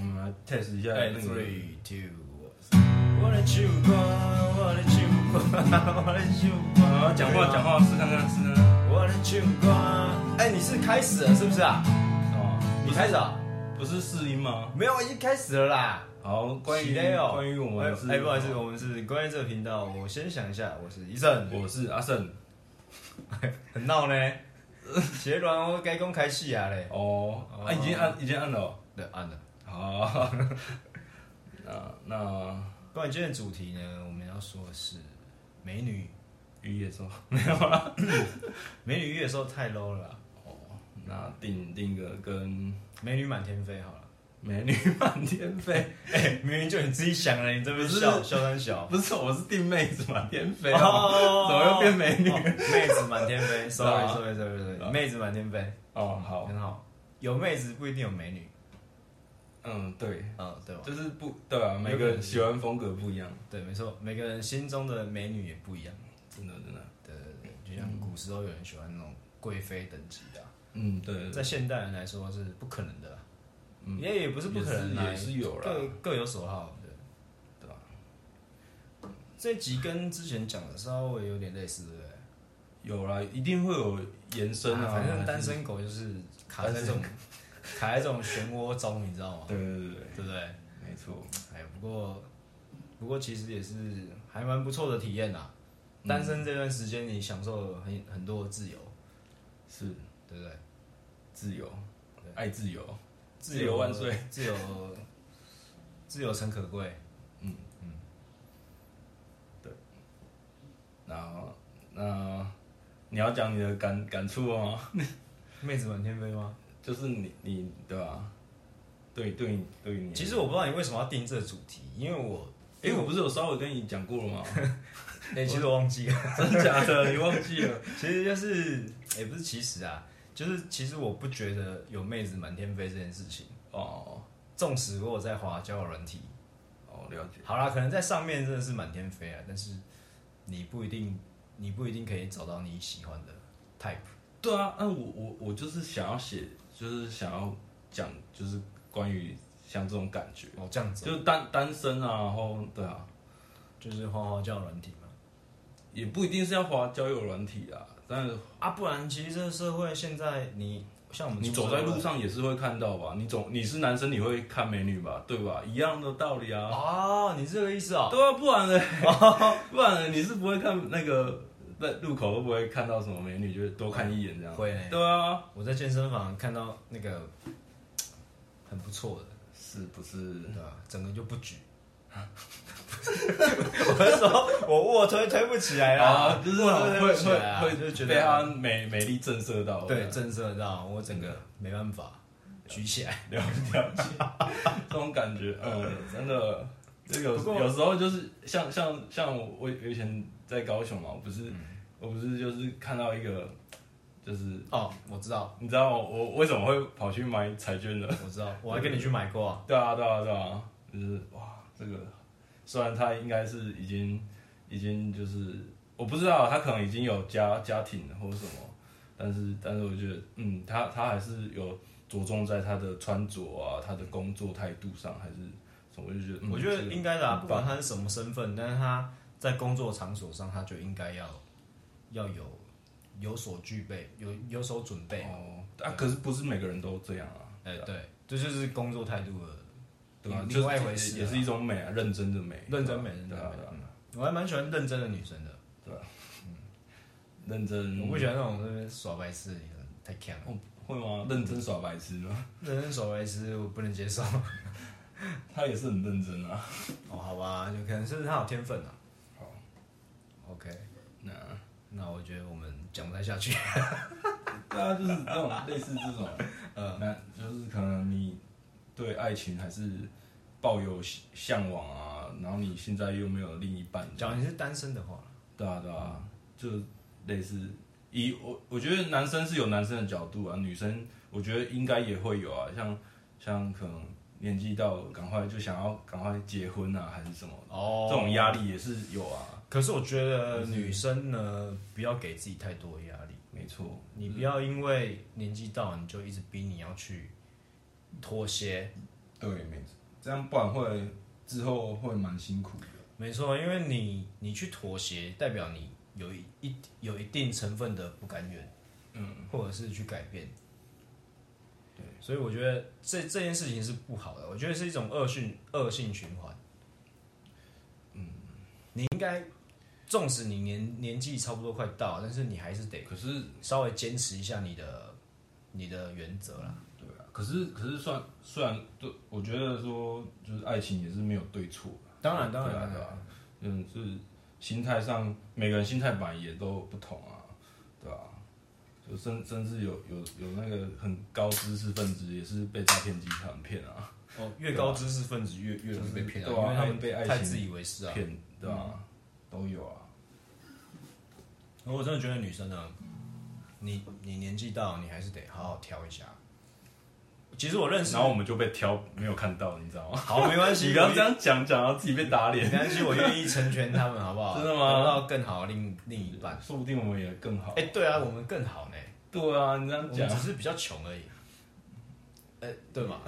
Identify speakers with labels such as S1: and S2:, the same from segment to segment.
S1: 们来 test 一下那
S2: Hey,
S1: 个。
S3: 嗯
S2: three, two,
S1: 我的秋瓜，我的秋瓜，我的秋瓜。
S2: 啊讲话讲
S1: 话。
S2: 话试看看试看看。
S1: 我的秋瓜。
S3: 哎，你是开始了是不是啊？
S2: 哦，
S3: 你开始啊？
S2: 不是试音吗？
S3: 没有，已经开始了啦。
S2: 好，关于
S3: 起来哦
S2: 关于我们是，
S3: 哎，不好意思，我们是关于这个频道，我先想一下，我是医生，
S2: 我是阿胜。
S3: 哦很闹呢，邪卵我该公开戏啊嘞，
S2: 哦，啊，
S3: 哦
S2: 已经按已经按了哦。
S3: 对，按了。
S2: 好， 那那
S3: 关于今天的主题呢，我们要说的是美女，
S2: 雨野说，
S3: 美女月的时候太 low 了啦，
S2: 那定定个跟
S3: 美女满天飞好了。
S2: 美女满天 飞，
S3: 哎，明明就你自己想了，你这边
S2: 不是
S3: 笑笑三小，
S2: 不是，我是定妹子满天飞哦。
S3: 哦
S2: 怎么又变美女
S3: 哦妹子满天飞
S2: 啊
S3: ，sorry sorry sorry
S2: 啊
S3: sorry，妹子满天飞，
S2: 哦，好，
S3: 很好。有妹子不一定有美女，
S2: 嗯，对，
S3: 嗯，对吧？
S2: 就是不对啊，每个人喜欢风格不一样，
S3: 对，没错，每个人心中的美女也不一样。
S2: 真的真的，
S3: 对对对，就像古时候有人喜欢那种贵妃等级的啊、
S2: 嗯，对对，对
S3: 在现代人来说是不可能的啦，
S2: 嗯
S3: 也也不是不可能啦啊
S2: 也是也是有啦
S3: 各各有所好。对，
S2: 对吧？
S3: 这集跟之前讲的稍微有点类似，对不对？
S2: 有啦，一定会有延伸啊，
S3: 反
S2: 还
S3: 正
S2: 是
S3: 单，身狗就是卡在这种 卡在这种漩涡中，你知道吗？
S2: 对对对对，
S3: 对不对？
S2: 没错，
S3: 哎，不过不过其实也是还蛮不错的体验啦。单身这段时间，你享受了很很多的自由，
S2: 是
S3: 对不对？
S2: 自由
S3: 对，
S2: 爱自由，自由万岁，
S3: 自由，自由诚可贵。
S2: 然后那你要讲你的感感触哦。
S3: 妹子满天飞吗？
S2: 就是你你对吧、对对你对你，
S3: 其
S2: 实
S3: 实我不知道你为什么要定这个主题，因为我，
S2: 哎、我不是有稍微跟你讲过了 吗？
S3: 哎、其实我忘记了。
S2: 真的假的？你忘记了？
S3: 其实就是，也、不是其实啊，就是其实我不觉得有妹子满天飞这件事情。
S2: 哦
S3: 纵使我有在滑交友软体，
S2: 哦，了解。
S3: 好啦，可能在上面真的是满天飞啊，但是你不一定，你不一定可以找到你喜欢的 type。
S2: 对啊，那我我我就是想要写，就是想要讲，就是关于像这种感觉，
S3: 哦，这样子哦
S2: 就单单身啊，然后对啊，
S3: 就是滑滑交友软体嘛。
S2: 也不一定是要滑交友软体啊，但是
S3: 啊，不然其实这个社会现在你像我们
S2: 你
S3: 出
S2: 走
S3: 社
S2: 在
S3: 会
S2: 路上也是会看到吧？你总你是男生，你会看美女吧？对吧？一样的道理啊。
S3: 哦，你这个意思哦。
S2: 对啊，不然 呢？不然呢？你是不会看那个在路口都不会看到什么美女，就是多看一眼这样。
S3: 会欸
S2: 对啊，
S3: 我在健身房看到那个很不错的，
S2: 是不是？
S3: 对吧？整个就不举。 我是说，我卧推推不起来啦，
S2: 哎啊就是
S3: 卧推
S2: 会
S3: 推
S2: 会
S3: 不起来啊，
S2: 会
S3: 就觉
S2: 被她
S3: 得
S2: 美美丽震慑到。
S3: 对震慑到我整个没办法
S2: 嗯
S3: 举起来。
S2: 了解了解，这种感觉，嗯，真的，就有
S3: 不过
S2: 有时候就是像像像我我以前在高雄嘛，我不是、
S3: 嗯
S2: 我不是就是看到一个，就是
S3: 哦，我知道，
S2: 你知道我我为什么会跑去买彩券的？
S3: 我知道，我还跟你去买过啊。
S2: 对啊，对啊，对啊，就是哇，这个虽然他应该是已经已经就是我不知道他可能已经有家家庭了或者什么，但是但是我觉得嗯，他他还是有着重在他的穿着啊，他的工作态度上还是什么，我就觉得、嗯、
S3: 我觉得应该的
S2: 这
S3: 啊，不
S2: 个
S3: 管
S2: 很棒
S3: 他是什么身份，但是他在工作场所上，他就应该要要有有所具备，有有所准备。
S2: 哦啊，可是不是每个人都这样啊，
S3: 哎、对，这就是工作态度的
S2: 对吧、啊？
S3: 另
S2: 就是
S3: 另外一回事啊
S2: 也是一种美啊，认真的美，
S3: 认真美，认
S2: 对
S3: 真
S2: 啊
S3: 美
S2: 对啊，。
S3: 嗯我还蛮喜欢认真的女生的，
S2: 认真，
S3: 我不喜欢那种那边耍白痴的女生，太强了。
S2: 哦会吗？认真耍白痴吗？
S3: 认真耍白痴我不能接受。
S2: 他也是很认真啊。
S3: 哦，好吧，就可能是他有天分啊。
S2: 好
S3: ，OK，
S2: 那
S3: 那我觉得我们讲不太下去。
S2: 对啊，就是这种类似这 种，呃，那就是可能你对爱情还是抱有向向往啊，然后你现在又没有另一半，
S3: 假如你是单身的话，
S2: 对啊对啊，就类似以我我觉得男生是有男生的角度啊，女生我觉得应该也会有啊，像像可能年纪到了赶快就想要赶快结婚啊，还是什么，
S3: 哦
S2: 这种压力也是有啊，
S3: 可是我觉得女生呢，不要给自己太多的压力。
S2: 没错，
S3: 你不要因为年纪到，你就一直逼你要去妥协，
S2: 对，没错，这样不然会之后会蛮辛苦的。
S3: 没错，因为你你去妥协，代表你有一一有一定成分的不甘愿，嗯，或者是去改变。对，所以我觉得这这件事情是不好的，我觉得是一种恶性恶性循环。嗯，你应该，纵使你年年纪差不多快到，但是你还是得
S2: 可是
S3: 稍微坚持一下你的你的原则啦。
S2: 对啊，可是可是算虽然对，我觉得说就是爱情也是没有对错的，
S3: 当然，当然，
S2: 对啊
S3: 哎当
S2: 对啊
S3: 然，
S2: 嗯，就是心态上每个人心态本来也都不同啊，对啊，就甚甚至有有有那个很高知识分子也是被诈骗集团骗啊，
S3: 哦，越高知识分子越越容易被骗啊，
S2: 对
S3: 因
S2: 啊
S3: 为他们
S2: 被爱情
S3: 太自以为是啊。
S2: 骗对啊，都有啊，
S3: 而我真的觉得女生呢，你你年纪到，你还是得好好挑一下。其实我认识，
S2: 然后我们就被挑没有看到，你知道吗？
S3: 好没关系，
S2: 你刚刚这样讲讲，然后自己被打
S3: 没
S2: 脸，
S3: 关系，我愿意成全他们，好不好？
S2: 真的吗
S3: 得到更好的另另一半。
S2: 说不定我们也更好。
S3: 哎、对啊，我们更好呢，
S2: 对啊，你这
S3: 我
S2: 样
S3: 们
S2: 讲
S3: 只，是比较穷而已。哎、对嘛？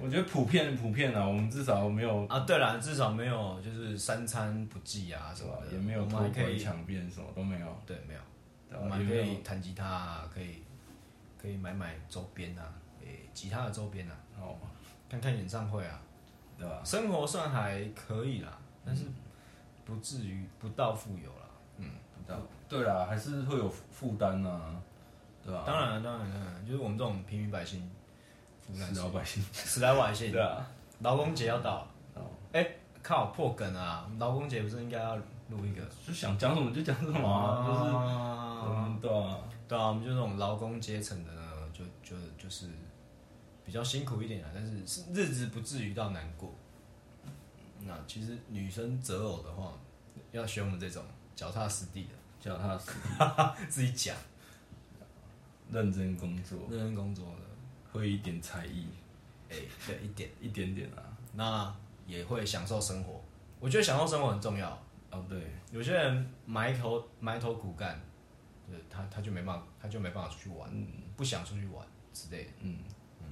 S2: 我觉得普遍普遍啊，我们至少没有
S3: 啊，对啦，至少没有就是三餐不继啊什
S2: 是
S3: 么
S2: 吧
S3: 的，，
S2: 也没有
S3: 我
S2: 偷
S3: 们还可
S2: 窥
S3: 以，
S2: 强辩，什么都没有，
S3: 对，没有，
S2: 对
S3: 我
S2: 吧？
S3: 们
S2: 也
S3: 还可
S2: 没
S3: 以
S2: 有
S3: 弹吉他、啊，可以可以买买周边啊，哎、吉他的周边啊，
S2: 哦，
S3: 看看演唱会啊。
S2: 对吧？
S3: 生活算还可以啦，但是不至于不到富有啦。
S2: 对啦，还是会有负担啊，对吧？
S3: 当然啊，当然，当然，就是我们这种平民百姓，负担
S2: 是老百姓，
S3: 死来晚些。
S2: 啊，
S3: 劳工节要到
S2: 哦，
S3: 哎、靠，破梗啊！我们劳工节不是应该要录一个？
S2: 就想讲什么就讲什么啊，就是嗯，对啊，
S3: 对啊，我们就这种劳工阶层的呢，就就就是比较辛苦一点啊，但是是日子不至于到难过。那其实女生择偶的话，要选我们这种脚踏实地
S2: 脚踏实地，
S3: 的，自己讲。
S2: 认真工作，
S3: 认真工作的，
S2: 会一点才艺，
S3: 哎、对一点，
S2: 一点点啊。
S3: 那也会享受生活。我觉得享受生活很重要。
S2: 哦，对，
S3: 有些人埋头埋头苦干，对他他就没办法，他就没办法出去玩，
S2: 嗯
S3: 不想出去玩之类的。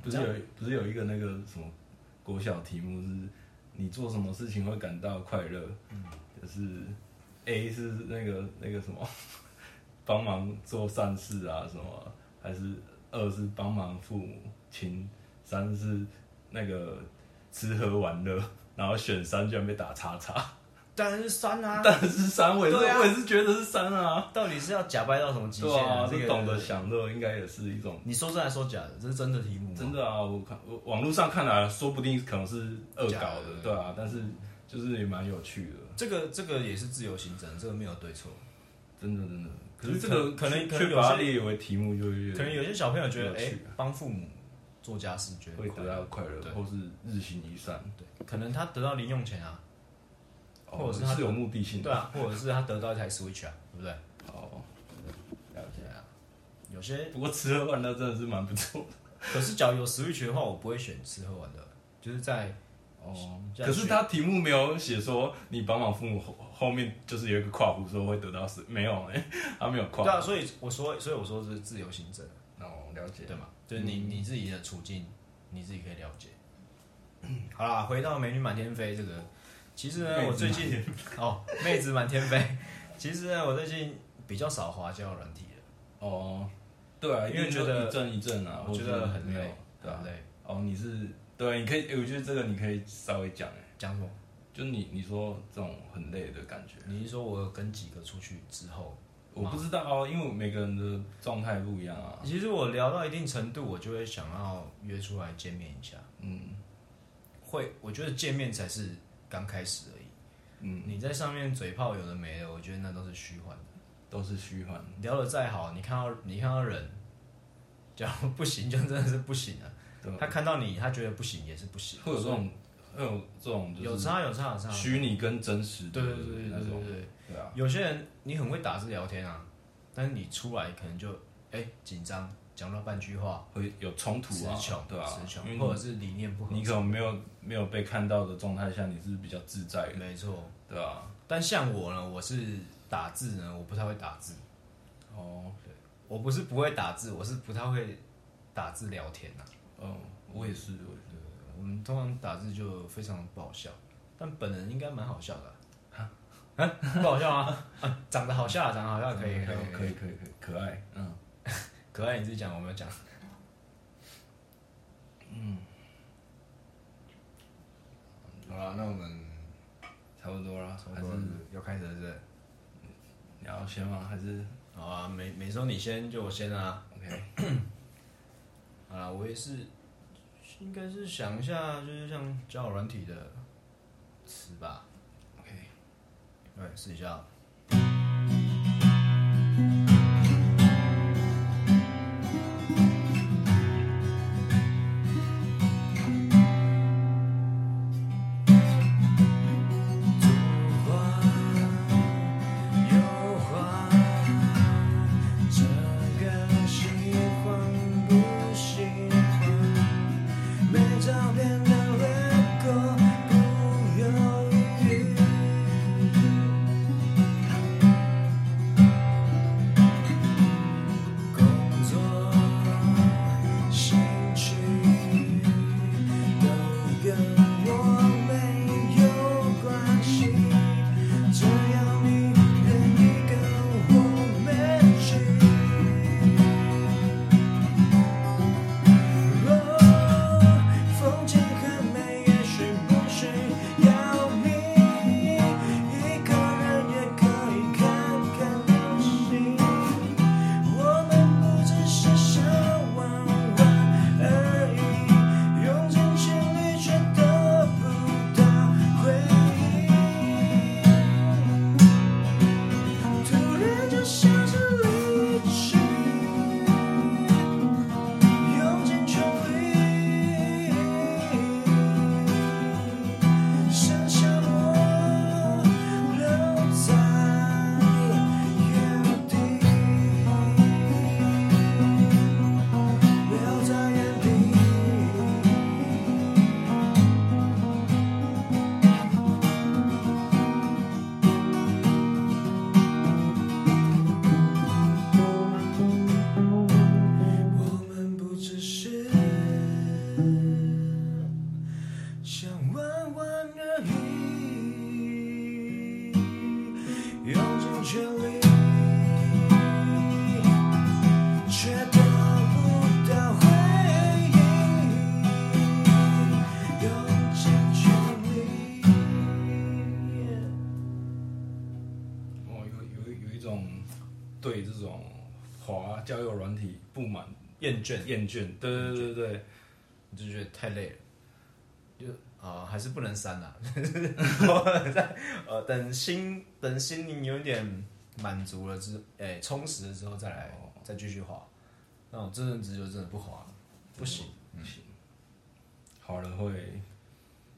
S2: 不是有不是有一个那个什么国小题目是，你做什么事情会感到快乐？就是 A 是那个那个什么， 帮忙做善事啊什么，还是二是帮忙父母亲，三是那个吃喝玩乐，然后选三居然被打叉叉，
S3: 当然是酸啊！
S2: 但是三我也是、
S3: 对啊
S2: 我也是觉得是三啊，
S3: 到底是要假掰到什么极
S2: 对
S3: 限、
S2: 啊，
S3: 这
S2: 是
S3: 个
S2: 懂得。享乐应该也是一种。
S3: 你说真的还是说假的？这是真的题目吗？
S2: 真的啊，我看我网络上看来，说不定可能是恶搞
S3: 假
S2: 的
S3: 的，
S2: 对啊，但是就是也蛮有趣的，
S3: 这个这个也是自由行政，这个没有对错。
S2: 真的真的。可
S3: 就是
S2: 是这个
S3: 可能可能
S2: 却
S3: 有些
S2: 把它列为题目，就
S3: 可能有些小朋友觉得，
S2: 有
S3: 哎、
S2: 趣啊
S3: 帮父母做家事觉得
S2: 会
S3: 快
S2: 得
S3: 乐
S2: 到快乐
S3: 对，
S2: 或是日行一善，
S3: 对，可能他得到零用钱啊，
S2: 哦
S3: 或者是他
S2: 是有目的性的。
S3: 对啊，或者是他得到一台 Switch 啊，对不对？
S2: 哦，了解。
S3: 对啊，有些
S2: 不过吃喝玩乐真的是蛮不错的
S3: 可是假如有 Switch 的话，我不会选吃喝玩乐，就是在
S2: 哦。
S3: 这样
S2: 可是他题目没有写说你帮忙父母后后面就是有一个跨湖说会得到是没有哎， 他没有跨
S3: 对。啊，所以我说，所以我说这是自由行政，
S2: 哦，了解嗯
S3: 对吗？就是你你自己的处境，你自己可以了解。 好啦，回到美女满天飞这个，其实呢，
S2: 妹子
S3: 我最近哦，妹子满天飞， 其实呢，我最近比较少滑交友软体了，
S2: 哦，对啊，
S3: 因为
S2: 就
S3: 觉得
S2: 一阵一阵啊，
S3: 我觉得很
S2: 没有
S3: 累，
S2: 对啊
S3: 很。累。
S2: 哦，你是对，你可以，诶我觉得这个你可以稍微讲，哎，
S3: 讲什么？
S2: 就你你说这种很累的感觉，
S3: 你是说我有跟几个出去之后，
S2: 我不知道哦，因为我每个人的状态不一样啊。
S3: 其实我聊到一定程度，我就会想要约出来见面一下。
S2: 嗯
S3: 会，我觉得见面才是刚开始而已。
S2: 嗯，
S3: 你在上面嘴炮有的没的，我觉得那都是虚幻的。
S2: 都是虚幻，
S3: 聊得再好，你看到你看到人，假如不行，就真的是不行了、
S2: 对吧，
S3: 他看到你，他觉得不行也是不行。
S2: 会有这种会有这种就
S3: 有
S2: 是
S3: 差有差有差。
S2: 虚拟跟真实
S3: 对
S2: 的
S3: 对对对
S2: 那
S3: 对
S2: 种
S3: 对，对，
S2: 对啊，
S3: 有些人你很会打字聊天啊，但是你出来可能就哎紧张，讲到半句话，
S2: 会有冲突
S3: 词
S2: 啊
S3: 穷，，
S2: 对啊
S3: 词，
S2: 因
S3: 穷，
S2: 为
S3: 或者是理念不合。
S2: 你可能没有没有被看到的状态下，你是比较自在的，
S3: 没错，
S2: 对啊。
S3: 但像我呢，我是打字呢，我不太会打字。
S2: 哦，
S3: 我不是不会打字，我是不太会打字聊天呐、
S2: 哦嗯，我也是，我也是
S3: 对，我们通常打字就非常不好笑，但本人应该蛮好笑的啊。啊，不好笑 吗？啊长得好笑啊，长得好笑可以可以
S2: 可以可以可以可爱，嗯，
S3: 可爱，你自己讲，我没有讲。嗯，好了，那我们
S2: 差不多了，
S3: 啊差
S2: 还
S3: 不
S2: 是
S3: 多要开始了是不是？
S2: 你要先吗？还是
S3: 好啊，每每周你先，就我先啊。
S2: OK？
S3: 好啦，我也是，应该是想一下，就是像交友软体的词吧。
S2: OK
S3: 对，试一下。哦
S1: 左滑右滑，这个喜欢不喜欢？没照片的结果不犹豫。工作、兴趣都跟我没有关系，只要你愿意跟我们去。哦，风景很美，也许不需要你，一个人也可以看看流星。我们不只是想玩玩而已，用尽全力却得不到回应，突然就像是离去，用尽全力，剩下我留在原地。留在原地。我们不只是想玩玩而已，用尽全力。却得不到回应，用尽全力。
S2: 哦，有有有一种对这种滑交友软体不满
S3: 厌倦，
S2: 厌倦，对对对对对，
S3: 你就觉得太累了，就啊、还是不能删啦、 呃，等心等心灵有点满足了之，哎、充实了之后再来再继续滑。那我这阵子就真的不滑了，不行，
S2: 不行，好了会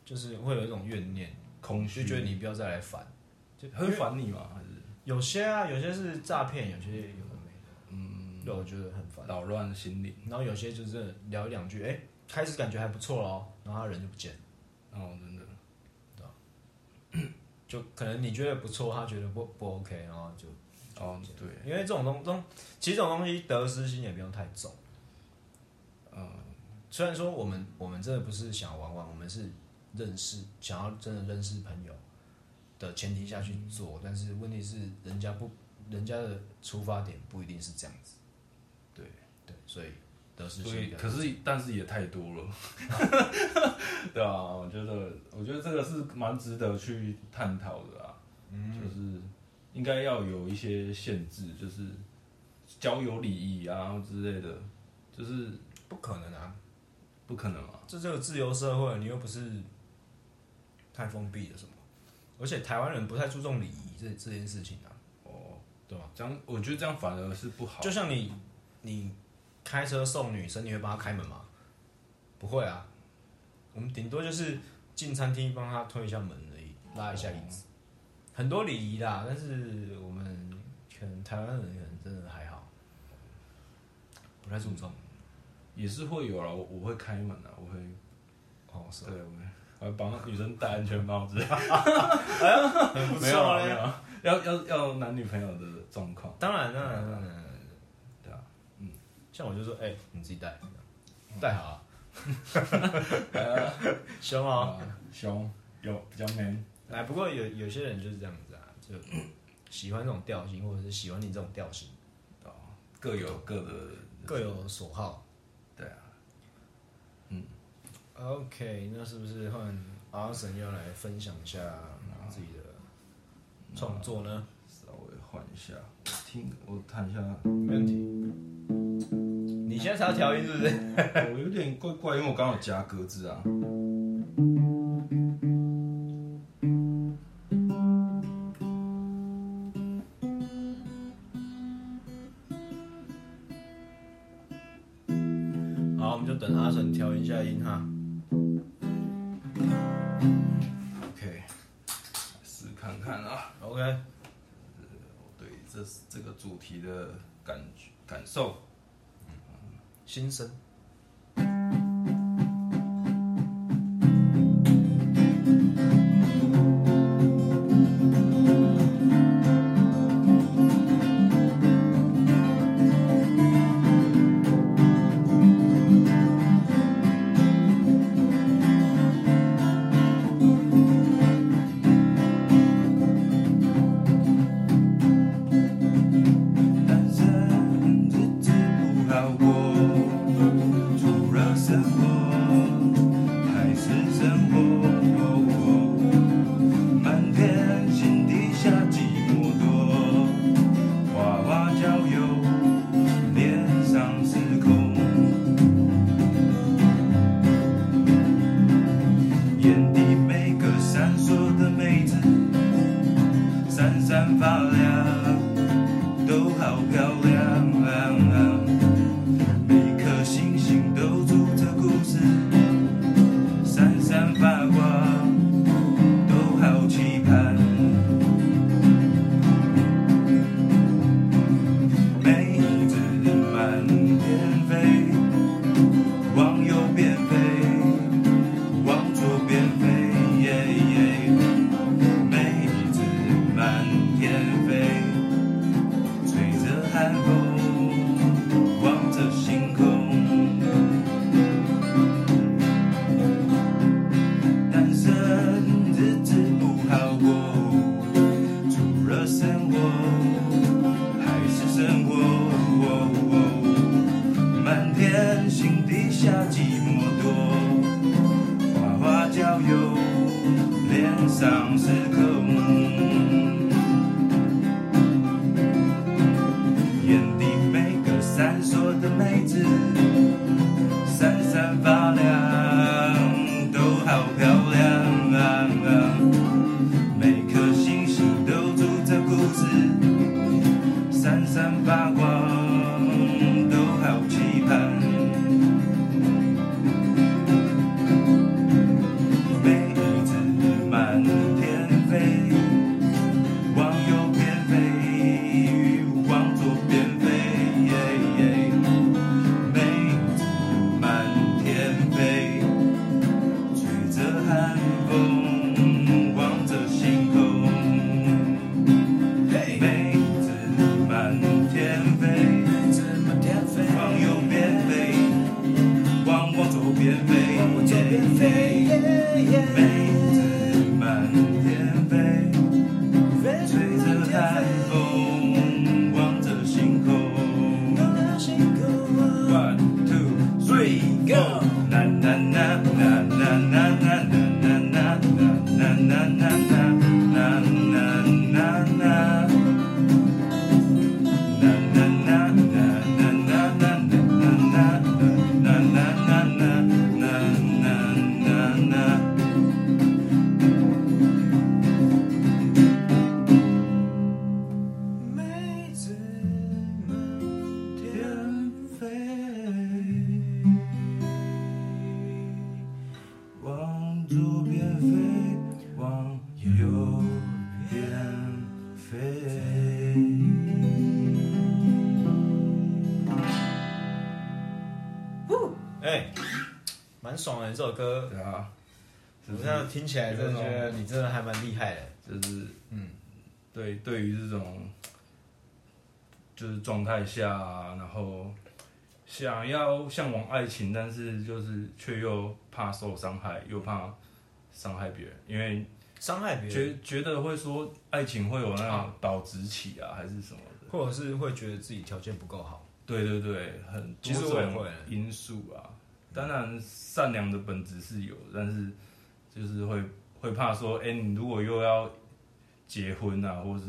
S3: 就是会有一种怨念，
S2: 空
S3: 就
S2: 虚，
S3: 觉得你不要再来烦。就
S2: 会烦你吗？还是
S3: 有些啊，有些是诈骗，有些有的没的，嗯，对，我觉得很烦。
S2: 扰乱心灵？
S3: 然后有些就是聊一两句，哎、开始感觉还不错哦，然后他人就不见了，
S2: 哦，真的，
S3: 就可能你觉得不错，他觉得不不 OK，然后就
S2: 哦，对，
S3: 因为这种东东，其实这种东西得失心也不用太重。嗯，虽然说我们我们真的不是想玩玩，我们是认识，想要真的认识朋友的前提下去做，但是问题是人家不，人家的出发点不一定是这样子。
S2: 对
S3: 对，所以得失
S2: 所
S3: 心
S2: 以
S3: 比较
S2: 可是但是也太多 了，对啊，我觉得我觉得这个是蛮值得去探讨的啊，
S3: 嗯
S2: 就是应该要有一些限制，就是交友礼仪啊之类的，就是
S3: 不可能啊，
S2: 不可能嘛，
S3: 这就是自由社会，你又不是太封闭了什么，而且台湾人不太注重礼仪这这件事情啊，
S2: 哦，
S3: 对吧？
S2: 这样我觉得这样反而是不好，
S3: 就像你，你开车送女生，你会帮她开门吗？不会啊，我们顶多就是进餐厅帮她推一下门而已，拉一下椅子，很多礼仪啦。但是我们可能台湾人可能真的还好，不太注重。
S2: 也是会有啦，我我会开门啊，我会，
S3: 哦，是
S2: 对，我会，我会帮女生戴安全帽 之类的，
S3: 很
S2: 没有啊啊没有啊，要要要男女朋友的状况，
S3: 当然，嗯当然，当然，
S2: 对啊，
S3: 像我就说，哎、你自己带，带好啊，凶哦。
S2: 啊，凶有比较 man，
S3: 哎，不过有有些人就是这样子啊，就喜欢这种调性，或者是喜欢你这种调性，
S2: 各有各的
S3: 各有所好。嗯
S2: 对啊，
S3: OK，那是不是换阿神要来分享一下自己的创作呢？
S2: 稍微换一下，听我看一下，
S3: 没问题。你现在才要调音是不是？
S2: 我有点怪怪，因为我刚好夹格子啊。
S3: 好，我们就等阿神调一下音哈。
S2: OK，试看看啊，
S3: OK，
S2: 我对这这个主题的感觉感受。
S3: 新生。
S2: 单身日子不好过，除了生活还是生活。满天星底下寂寞多，花花郊游，脸上是空，眼底每个闪烁的妹子，闪闪发亮。都好漂亮、每颗星星都住着故事，闪闪发光，都好期盼。妹子满天飞，往右边飞，往左边飞，妹子满天飞。吹着寒风，望着星空。单身日子不好过，除了生活还是生活。满天星底下寂寞多，花花郊游，脸上是空。眼底每个闪烁的妹子，闪闪发亮，都好漂亮、啊每颗星星都住着故事，闪闪发光，都好期盼。妹子满天飞。往右边飞，往左边飞，妹子满天飞，吹着寒风，望着星空。妹子满天飞，往右边飞，往往左边飞，妹子满天飞。吹着寒风，望着星空。One two three go，啦啦啦啦啦啦啦啦啦啦啦啦啦啦啦啦。
S1: 妹子满天飞，
S2: 往左边飞，往右边飞。
S3: 哎，蛮爽的这首歌，
S2: 对啊，
S3: 我这样听起来真的觉得你真的还蛮厉害的。
S2: 就是
S3: 嗯，
S2: 对对于这种就是状态下啊、然后想要向往爱情，但是就是却又怕受伤害，又怕伤害别人，因为
S3: 伤害别人，
S2: 觉觉得会说爱情会有那种保质期啊，还是什么的。
S3: 或者是会觉得自己条件不够好。
S2: 对对对，很
S3: 其
S2: 多
S3: 实我也
S2: 种
S3: 会
S2: 因素啊。当然，善良的本质是有，但是就是会会怕说，哎、你如果又要结婚啊，或是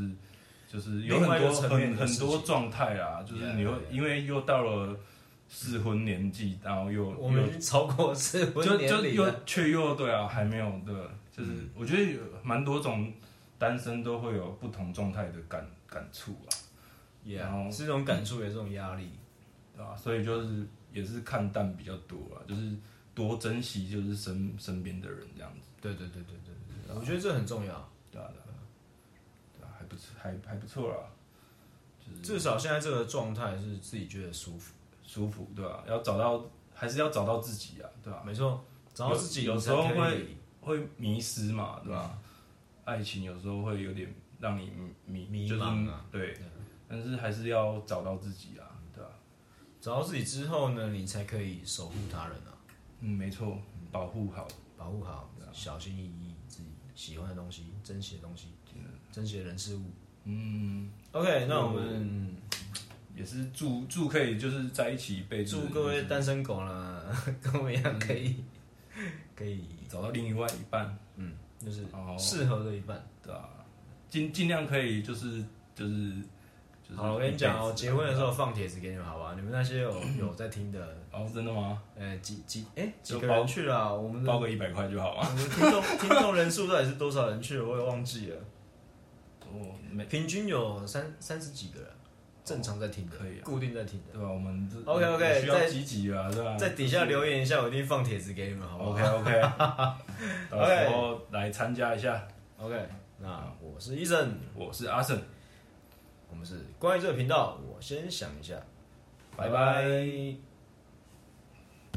S2: 就是有
S3: 另
S2: 很
S3: 外一个
S2: 多
S3: 层面
S2: 很
S3: 的
S2: 很
S3: 事情
S2: 多状态啊，就是
S3: Yeah,
S2: 你会
S3: yeah, yeah.
S2: 因为又到了适婚年纪，然后又
S3: 我们已经超过适
S2: 又
S3: 婚
S2: 就
S3: 年
S2: 就
S3: 龄啊嗯
S2: 又
S3: 了，
S2: 却又对啊，还没有对，就是、我觉得有蛮多种单身都会有不同状态的感感触啊。然后
S3: yeah, 是这种感触，也是这种压力。
S2: 对啊，所以就是也是看淡比较多啦，就是多珍惜就是身身边的人这样子，
S3: 对对对对对对对，我觉得这很重要。
S2: 对啊对啊，对啊还不错还还不错啦，就是
S3: 至少现在这个状态是自己觉得舒服。
S2: 舒服对吧、要找到还是要找到自己啊，对吧、
S3: 没错，找到
S2: 有
S3: 自己
S2: 有
S3: 你
S2: 时
S3: 才
S2: 候
S3: 可
S2: 会
S3: 以
S2: 会迷失嘛，对吧、爱情有时候会有点让你迷
S3: 迷
S2: 就是
S3: 茫啊
S2: 对，但是还是要找到自己啊，对吧、
S3: 找到自己之后呢，你才可以守护他人啊，
S2: 嗯，没错，保护好，啊
S3: 保护好，小心翼翼自己喜欢的东西，珍惜的东西，珍惜的人事物。
S2: 嗯，
S3: OK，那我们
S2: 也是祝祝可以就是在一起被
S3: 祝各位单身狗啦， 跟我一
S2: 嗯
S3: 样可以，可以，
S2: 找到另外一半，
S3: 嗯，就是
S2: 哦
S3: 适合的一半。
S2: 对啊，尽尽量可以就是就是就是。
S3: 好了，我跟你讲
S2: 啊
S3: 哦，结婚的时候放帖子给你们，好吧？你们那些有 有在听的，
S2: 哦，真的吗？
S3: 呃，几几哎几
S2: 就
S3: 个
S2: 包
S3: 人去了啊？我们的
S2: 包个一百块就好啊。
S3: 我们听众听众人数到底是多少人去了？我也忘记了，
S2: 哦，没
S3: 平均有三三十几个人，正常在听的，
S2: 可以啊
S3: 固定在听的，
S2: 对吧？我们这
S3: OK，OK，
S2: 也需要
S3: 在
S2: 积极啊，对吧？
S3: 在底下留言一下，我一定放帖子给你们，好不好
S2: OK OK，到时候来参加一下。
S3: ？OK，那我是 Eason，
S2: 我是阿胜，
S3: 我们是关于这个频道，我先想一下，
S2: 拜
S3: 拜
S2: 拜
S3: 拜